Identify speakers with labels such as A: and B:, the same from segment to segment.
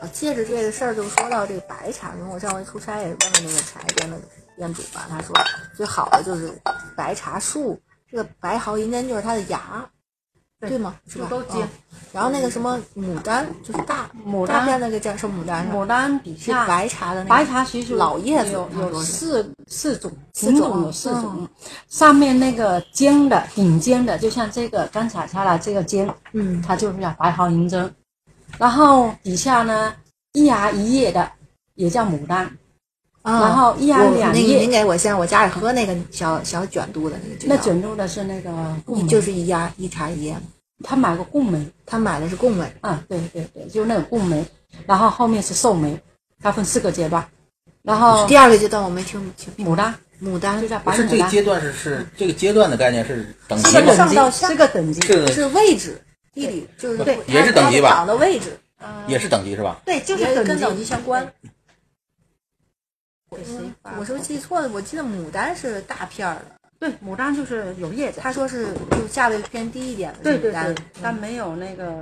A: 啊，借着这个事儿就说到这个白茶，因为我上回出差也问了那个茶叶店的店主吧，他说最好的就是白茶树，这个白毫银针就是它的芽，
B: 对
A: 对吗？是
B: 就
A: 吧？
B: 都接
A: 嗯然后那个什么牡丹，就是大
B: 牡
A: 大
B: 丹
A: 片那个叫什么牡丹是吧？
B: 牡丹底
A: 是
B: 下
A: 白茶的那个
B: 白茶其实
A: 老叶子
B: 有
A: 很多
B: 有
A: 是
B: 四四种
A: 四
B: 品
A: 种
B: 种有四
A: 嗯
B: 种，上面那个尖的顶尖的，就像这个刚采下来这个尖，
A: 嗯，
B: 它就是叫白毫银针，然后底下呢一芽一叶的也叫牡丹，
A: 啊
B: 然后一
A: 我
B: 芽两
A: 那个您
B: 叶，
A: 给我现在我家里喝那个小小卷肚的那个就
B: 那
A: 叫
B: 卷入的是那个贡梅，
A: 就是一芽一茶一叶嘛，
B: 他买过贡梅，
A: 他买的是贡梅，
B: 啊，对对对，就那个贡梅，然后后面是寿梅，它分四个阶段，然后
A: 第二个阶段我没听清，
B: 牡丹
A: 牡丹
B: 就叫
C: 不
B: 白
C: 是这
B: 牡
C: 个
B: 丹，
C: 阶段是是这个阶段的概念是等级
B: 是个
C: 吗？
A: 上到
B: 等级，
A: 下
B: 是个等级，
C: 这个
A: 是位置，地理就是
B: 对
A: 它
C: 也是等级吧
A: 它长的位置，
C: 也是等级是吧？
B: 对，就
A: 也
B: 等
A: 跟
B: 级
A: 等级相关。
B: 嗯
A: 我是不是记错了？我记得牡丹是大片儿的，
B: 对，牡丹就是有叶子，
A: 他说是就价位偏低一点的
B: 对
A: 牡
B: 对嗯
A: 丹
B: 对，，但没有那个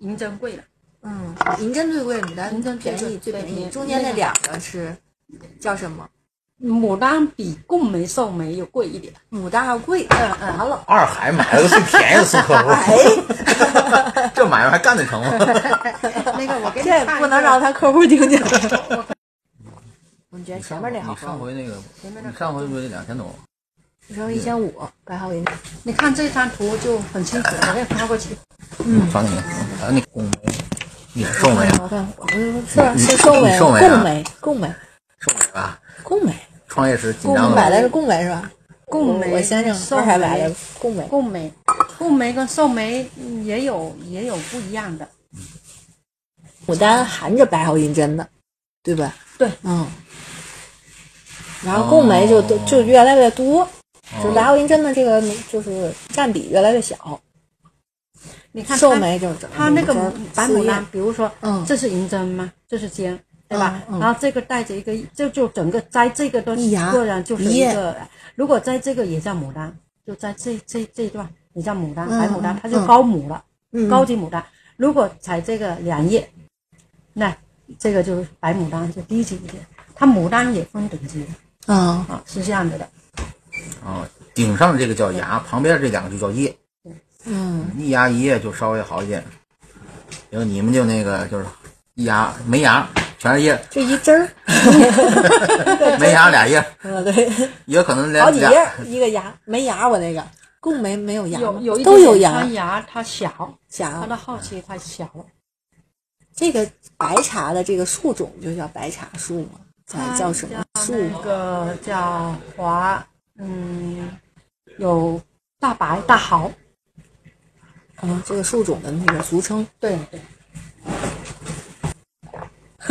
B: 银针贵了。
A: 嗯，银针最贵，牡丹
B: 银针
A: 便宜最
B: 最贵
A: 便
B: 对
A: 宜，
B: 对
A: 中间那两个是叫什么？
B: 牡丹比贡梅、寿梅又贵一点，
A: 牡丹还贵，
B: 嗯
A: 完了，
C: 二海买了个最便宜的送客户，
A: 哎
C: 这买卖还干得成吗？
B: 那个我给
A: 这也不能让他客户 听见。我觉得 前面那好
C: 你上
A: 喝，
C: 回那个，
B: 前面那
C: 你上回不是两千多吗？
A: 你说一千五，白毫银针，
B: 你看这张图就很清楚，我给你发过去。
A: 嗯
C: 传给你，还有那贡梅，也是寿梅啊，
A: 我看我我是
C: 你
A: 是寿
C: 你
A: 眉，
C: 寿眉啊
A: 贡眉，贡眉，
C: 寿梅吧？
A: 贡眉，
C: 创业时紧
A: 贡
C: 张
A: 眉
C: 的
A: 买的
C: 吧，
A: 是贡眉是吧？
B: 贡梅、
A: 我先生
B: 寿
A: 二还买
B: 梅
A: 的、贡眉，
B: 贡梅、贡梅跟寿梅嗯也有也有不一样的。
A: 牡丹含着白毫银针的，对吧？
B: 对，
A: 嗯。然后贡眉就都
C: 哦
A: 就越来越多，就是白
C: 哦
A: 毫银针的这个就是占比越来越小，
B: 你看它
A: 寿眉就是
B: 它那个
A: 就是
B: 白牡丹，比如说，
A: 嗯
B: 这是银针吗？这是尖，对吧？
A: 嗯嗯
B: 然后这个带着一个，就就整个摘这个东西，
A: 一芽
B: 个人就是一
A: 一叶
B: 个。如果摘这个也叫牡丹，就摘这这这一段也叫牡丹，
A: 嗯
B: 白牡丹
A: 嗯，
B: 它就
A: 嗯
B: 高牡了，
A: 嗯
B: 高级牡丹。如果采这个两叶，那这个就是白牡丹，就低级一点。它牡丹也分等级的
A: 嗯
B: 啊，是这样子的。
C: 啊，顶上的这个叫芽，旁边这两个就叫叶，
A: 嗯，
C: 一芽一叶就稍微好一点。然后你们就那个就是一芽没芽，全是叶，
A: 就一针儿，
C: 没芽俩叶，
A: 嗯 对，
C: 也可能连
A: 好几
C: 俩
A: 叶儿一个芽没芽，我那个贡眉没有芽吗，
B: 有有一
A: 都
B: 点
A: 有
B: 点
A: 芽
B: 它芽它小，它
A: 芽。
B: 的后期它小了。
A: 这个白茶的这个树种就叫白茶树吗？
B: 它
A: 叫叫什么树？
B: 那个叫华，嗯，有大白、大蚝，
A: 嗯，这个树种的那个 俗称。
B: 对对，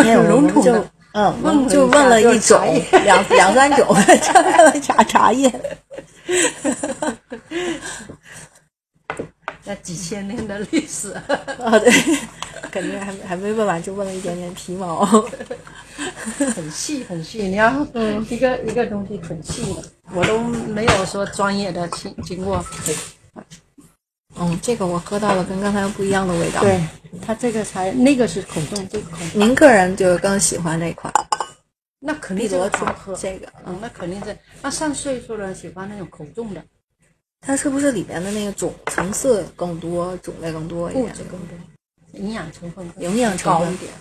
A: 没有，我
B: 笼
A: 们
B: 统
A: 就
B: 的
A: 嗯，我
B: 问
A: 们
B: 了
A: 就
B: 一
A: 问
B: 下
A: 了
B: 就是
A: 一
B: 茶叶，
A: 种两两三种，就问了 茶茶叶。
B: 那几千年的历史，
A: 啊，对，感觉还还没问完，就问了一点点皮毛。
B: 很细很细，你要一个一个东西很细的，我都没有说专业的经经过。
A: 嗯，这个我喝到了跟刚才不一样的味道。，
B: 对，它这个才那个是口重，这个口重，
A: 您个人就更喜欢这款
B: 那肯
A: 碧
B: 定啊这
A: 螺
B: 个
A: 春
B: 好喝，
A: 这个，嗯，
B: 嗯，那肯定是，那上岁数的人喜欢那种口重的，
A: 它是不是里面的那个种层次更多，种类更多一
B: 物
A: 点
B: 质？更多，营养成分更
A: 营养成
B: 高
A: 分
B: 一点，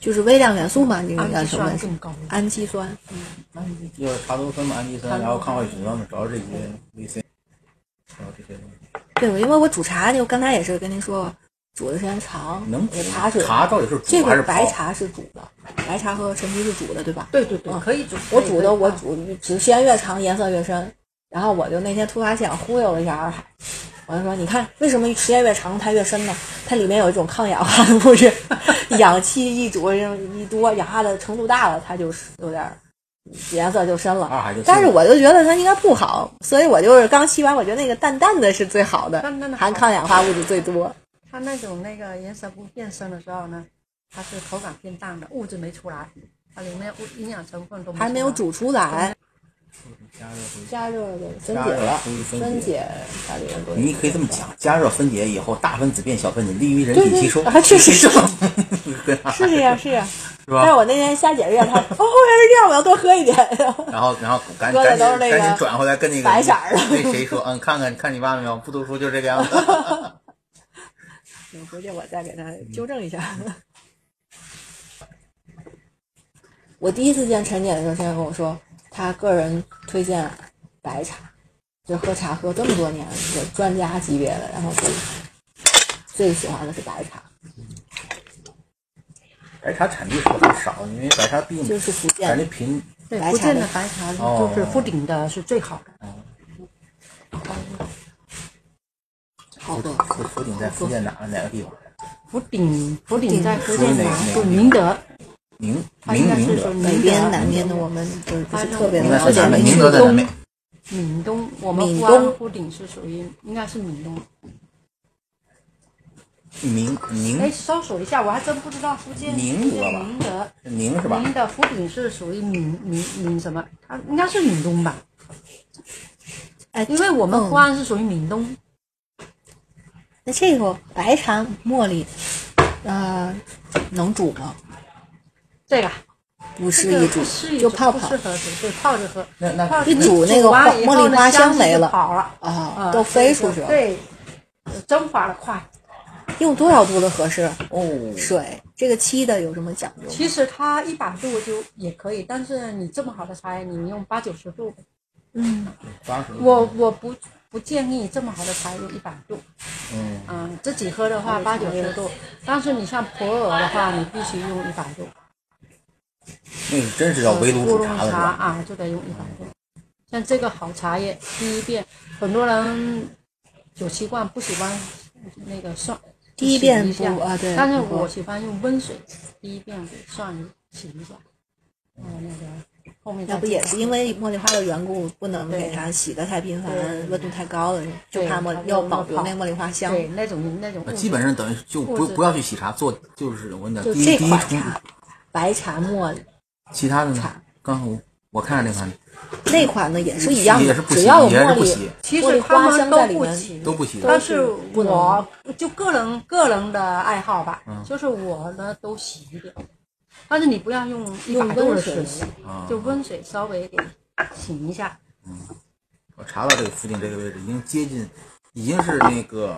A: 就是微量元素嘛，这个
B: 氨
A: 叫
B: 基
A: 什
B: 酸
A: 么？
B: 更高一点。
A: 氨基酸。
C: 就是茶多酚嘛，氨基酸，然后抗坏血酸嘛，主要是这些维 C，然
A: 嗯
C: 后这些东西
A: 对，因为我煮茶，就刚才也是跟您说，煮的时间长，
C: 能
A: 也茶水
C: 茶到底是
A: 这
C: 煮还
A: 个
C: 是
A: 白
C: 泡？
A: 茶是煮的，白茶和陈皮是煮的，对吧？
B: 对对对
A: 嗯，
B: 可以煮。
A: 我
B: 可以
A: 煮的，我
B: 啊
A: 煮只时间越长，颜色越深。然后我就那天突发奇想忽悠了一下洱海，我就说，你看为什么时间越长它越深呢？它里面有一种抗氧化的物质， 氧气一多一多，氧化的程度大了，它就是有点儿颜色就深了。
C: 二海就
A: 但是我就觉得它应该不好，所以我就是刚吸完，我觉得那个淡淡的是最好的，
B: 淡淡的好
A: 含抗氧化物质最多。
B: 它那种那个颜色不变深的时候呢，它是口感变淡的，物质没出来，它里面物营养成分都
A: 还没有
B: 出来
A: 煮出来，
C: 加热回
A: 加热的分
C: 加
A: 解
C: 热
A: 了，
C: 分
A: 分
C: 解
A: 解它里面多。
C: 你可以这么讲，加热分解以后，大分子变小分子，利于人
A: 对
C: 体
A: 对
C: 吸收。
A: 啊这是
C: 这种， 对吧？
A: 是这样，是这样。
C: 是
A: 但是
C: 吧？
A: 我那天瞎解释一下，他哦，原来是这样，我要多喝一点。
C: 然后，然后赶
A: 喝的
C: 赶紧
A: 都是那个
C: 赶紧转回来跟那个
A: 白色儿的
C: 那谁说，嗯，看看看你爸没有，不读书就这 个样子。
A: 嗯回去我再给他纠正一下。 我第一次见陈姐的时候，陈姐跟我说，她个人推荐白茶，就喝茶喝这么多年，有专家级别的，然后就最喜欢的是白茶，
C: 白茶产地是不是很少？因为白茶毕
A: 就
C: 竟
A: 是福
C: 感
A: 建
C: 觉品
B: 对
A: 白
B: 福
A: 茶
B: 建
A: 的
B: 的白茶
C: 哦
B: 就是不顶的是最好的。
A: 好喝。
C: 福福鼎在福建哪哪个地方？
B: 福鼎，福鼎在福
C: 福
B: 建
C: 鼎
B: 哪
C: 哪
B: 就
C: 个地
B: 宁德，
C: 明
B: 它应
C: 明
B: 该
C: 明
B: 是
C: 德
B: 说，
A: 北
B: 宁
A: 边、
B: 德。
A: 南边的嗯我们就是不是特别
C: 应
A: 能
C: 该
A: 了
C: 是
A: 解
C: 南
A: 那
C: 面，
A: 个
C: 明德在南面。
B: 闽东，我们
A: 闽
B: 福安
A: 东
B: 福鼎是属于应该是闽东。
C: 明
B: 哎，
C: 明
B: 搜索一下，我还真不知道福建
C: 宁
B: 福
C: 嗯德
B: 建
C: 吧
B: 宁德，
C: 明是吧？
B: 宁德福鼎是属于闽闽闽什么？它应该是闽东吧？
A: 哎，
B: 因为我们
A: 嗯
B: 福安是属于闽东，
A: 那这个白茶茉莉，呃，能煮吗？
B: 这个
A: 不
B: 这
A: 适
B: 个
A: 宜
B: 不
A: 煮
B: 适宜，
A: 就
B: 煮
A: 泡
B: 不
A: 泡
B: 适合煮，对，泡着喝。
C: 那那
B: 泡着
A: 一
B: 喝
A: 煮那个
B: 完
A: 花
B: 以
A: 茉
B: 后
A: 莉
B: 呢
A: 花
B: 香
A: 香
B: 气
A: 没
B: 就
A: 了
B: 跑了，
A: 啊，
B: 啊
A: 都飞出去了。
B: 对，蒸发的快。
A: 用多少度的合适？
B: 哎
C: 哦，
A: 水这个沏的有什么讲究吗？
B: 其实它一百度就也可以，但是你这么好的茶叶，你用八九十度，
A: 嗯，
C: 八十
B: 我我不不建议这么好的茶叶用一百度。
C: 嗯，
B: 嗯，自己喝的话八九十度，但是你像普洱的话，你必须用一百度。
C: 那是真是要围炉
B: 呃乌
C: 煮
B: 龙
C: 茶
B: 茶
C: 了是吧？
B: 啊，就得用一百度。像这个好茶叶，第一遍很多人有习惯不喜欢那个涮，
A: 第一遍
B: 洗下
A: 不啊对
B: 但是
A: 不
B: 我喜欢用温水，第一遍给涮一洗一下，嗯，那个后面再
A: 要不也是因
B: 为
A: 为茉莉花的缘故，不能
B: 对
A: 给它洗的太频繁
B: 对，
A: 温度太高了，就
B: 对
A: 怕茉
B: 它就
A: 要保留
B: 泡
A: 那茉莉花香。
B: 对那种那种
C: 那基本上等于就不
B: 物质
C: 不要去洗茶，做就是我跟你
A: 就
C: 讲，第一
A: 这
C: 第一
A: 款
C: 冲，
A: 茶，白茶茉莉
C: 其他的
A: 茶
C: 呢？刚才我我看着那款
A: 那款呢也是一样
C: 也
A: 的
C: 是，不
A: 只
C: 洗
A: 要有
C: 也是
A: 茉
C: 不
A: 莉
C: 洗
B: 其
A: 茉莉
B: 实他
A: 花
B: 们
A: 香
B: 都
A: 在里
B: 不
A: 面，
B: 起
C: 都不洗，
B: 但是
A: 不能
B: 我就个人个人的爱好吧，
C: 嗯
B: 就是我呢都洗一点，但是你不要用一
A: 用
B: 百度
A: 温
B: 的
A: 水
B: 水
A: 洗，
C: 啊，
B: 就温水稍微给醒一下。
C: 我查到这个附近这个位置已经接近，已经是那个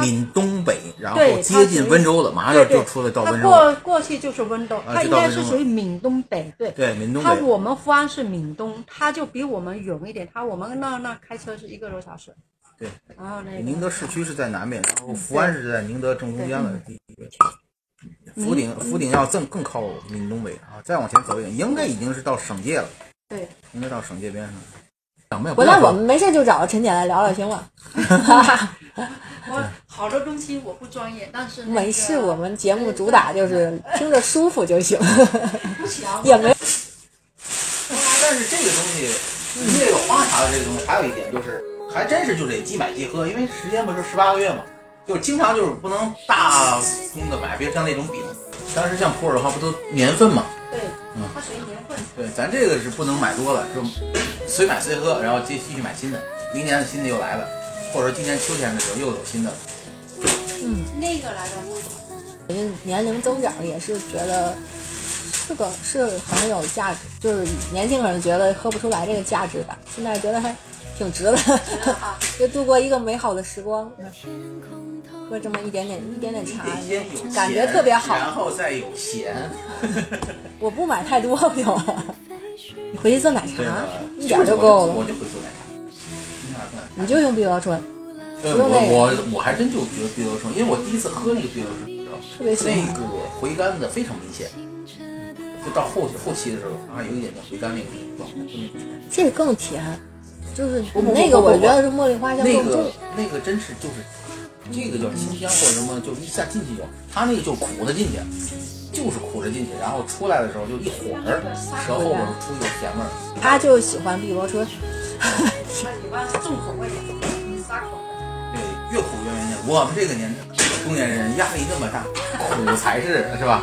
C: 闽东北，然后
B: 对它
C: 接
B: 属
C: 近
B: 于
C: 温州了，马上
B: 对
C: 啊就
B: 对，
C: 就出来到
B: 它
C: 温州
B: 过
C: 了。
B: 过去就是温州，
C: 啊
B: 它
C: 就
B: 应
C: 到
B: 该
C: 温
B: 是
C: 州
B: 属于闽东北，对。
C: 对，闽东
B: 它
C: 北
B: 我们福安是闽东，它就比我们远一点，它我们那那开车是一个多小时。
C: 对。
B: 然后那
C: 宁
B: 个
C: 德市区是在南面，然
A: 嗯
C: 后福安是在宁德正中间的地位。福
A: 嗯
C: 鼎福鼎要更更靠闽东北啊，再往前走一点，应该已经是到省界了，
B: 对，
C: 应该到省界边上了。长辈不
A: 回来
C: 要
A: 我
C: 说
A: 们没事就找陈姐来聊聊行 吗？
B: 我好多东西我不专业，但是那
A: 没
B: 个
A: 事，我们节目主打就是听着舒服就行，
B: 不啊巧
A: 也没
C: 但是这个东西，这个花茶的这个东西，还有一点就是，还真是就得即买即喝，因为时间不是十八个月嘛，就经常就是不能大宗的买，比如像那种饼，当时像普洱的话，不都年份嘛？嗯
B: 对，它属于年份。
C: 对，咱这个是不能买多了，就随买随喝，然后继继续买新的，明年的新的又来了，或者说今年秋天的时候又有新的了。
B: 那个来着，
A: 人家年龄增长也是觉得这个是很有价值，就是年轻人觉得喝不出来这个价值感，现在觉得还挺值的， 就度过一个美好的时光，喝这么一点点一点点茶，啊感觉特别好。嗯
C: 后再有闲。
A: 我不买太多就，你回去做奶茶
C: 对啊，
A: 一点就够了
C: 我，就会做奶茶。你哪做
A: 你就用碧螺春，
C: 对，
A: 不
C: 我
A: 用那个
C: 我我还真就觉得碧螺春，因为我第一次喝那个碧螺春，你知道吗？
A: 特别喜欢
C: 那个回甘的非常明显，啊就到后期后期的时候，它还有一点点回甘那个状态。
A: 这个更甜，就是
C: 不不不
A: 那个，我
C: 不
A: 觉
C: 不
A: 得是茉莉花香
C: 那
A: 更
C: 个
A: 重。
C: 那个真是就是，这个叫清香或者什么，就一下进去有，他那个就苦的进去，就是苦的进去，然后出来的时候就一会儿，舌后边出一个甜味儿。
A: 他就是喜欢碧螺春，
B: 嗯
C: 对，越苦越没劲。我们这个年中年人压力那么大，苦才是是吧？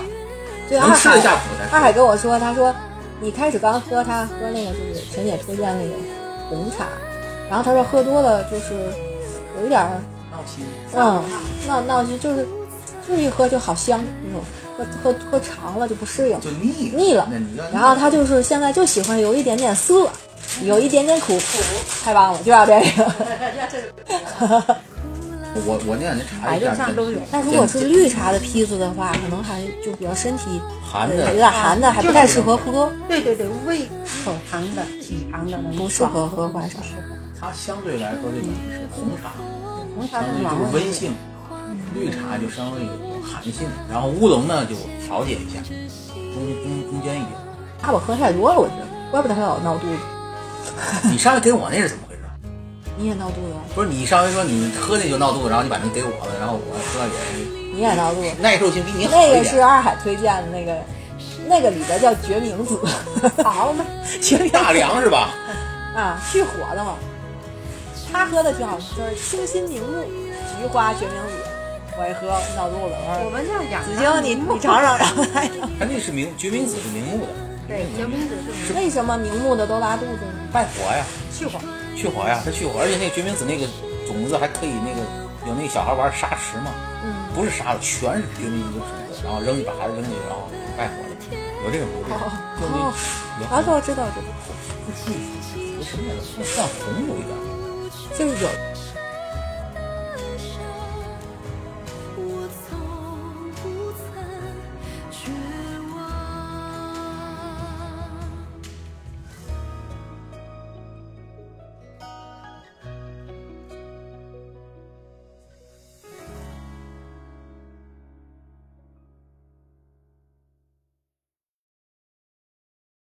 A: 对
C: 能
A: 二
C: 吃得下
A: 海，
C: 苦才是。
A: 二海跟我说，他说你开始刚喝他喝那个就是陈姐推荐那个红茶，然后他说喝多了就是有一点儿
C: 闹心。
A: 嗯，那那我就就是就是一喝就好香那种，喝喝喝长了就不适应。
C: 就腻
A: 腻了
C: 那你要腻
A: 然后他就是现在就喜欢有一点点涩，有一点点苦，太棒了，就要这个。
C: 我我那两天查了
B: 百
C: 一下
B: 度，上都有。
A: 那如果是绿茶的坯子的话，可能还就比较身体
C: 含
A: 呃
C: 着
A: 有点寒的，还不太适合喝，
B: 对对对，胃口糖的、体糖的嗯
A: 不适合喝花茶。
C: 它相对来说这个红茶
B: 红茶
C: 相
B: 是
C: 对
B: 暖
C: 就是
B: 胃
C: 温性，绿茶就稍微有寒性，然后乌龙呢就调节一下，中中中间一点。
A: 怕我喝太多了，我觉得，怪不得他老闹肚子。
C: 你上回给我那是怎么回事？
A: 你也闹肚子啊了，
C: 不是你上回说你喝那就闹肚子，然后你把那给我了，然后我喝也
A: 你也闹肚子。
C: 耐受性比你好
A: 那
C: 一
A: 个是
C: 点。
A: 二海推荐的那个，那个里边叫决明子，好嘛，决明
C: 大梁是吧？
A: 啊，去火的嘛。他喝的挺好，就是清新明目，菊花决明子。我一喝闹肚子，
B: 我
A: 我说
B: 们叫养啊
A: 子晶，你你尝尝，然后再尝。
C: 它那是明决明子是明目的，
B: 对，决明子是
A: 为什么明目的都拉肚子呢？
C: 败火呀，
B: 去火，
C: 去火呀，它去火，而且那个决明子那个种子还可以那个有那个小孩玩沙石嘛，
A: 嗯，
C: 不是沙子，全是决明子种子，然后扔一把还是扔进去，然后败火的，有这种有这种，就
A: 哦
C: 那
A: 啊，对，我知道，我知道，
C: 有什么样的像红有一点，
A: 就是有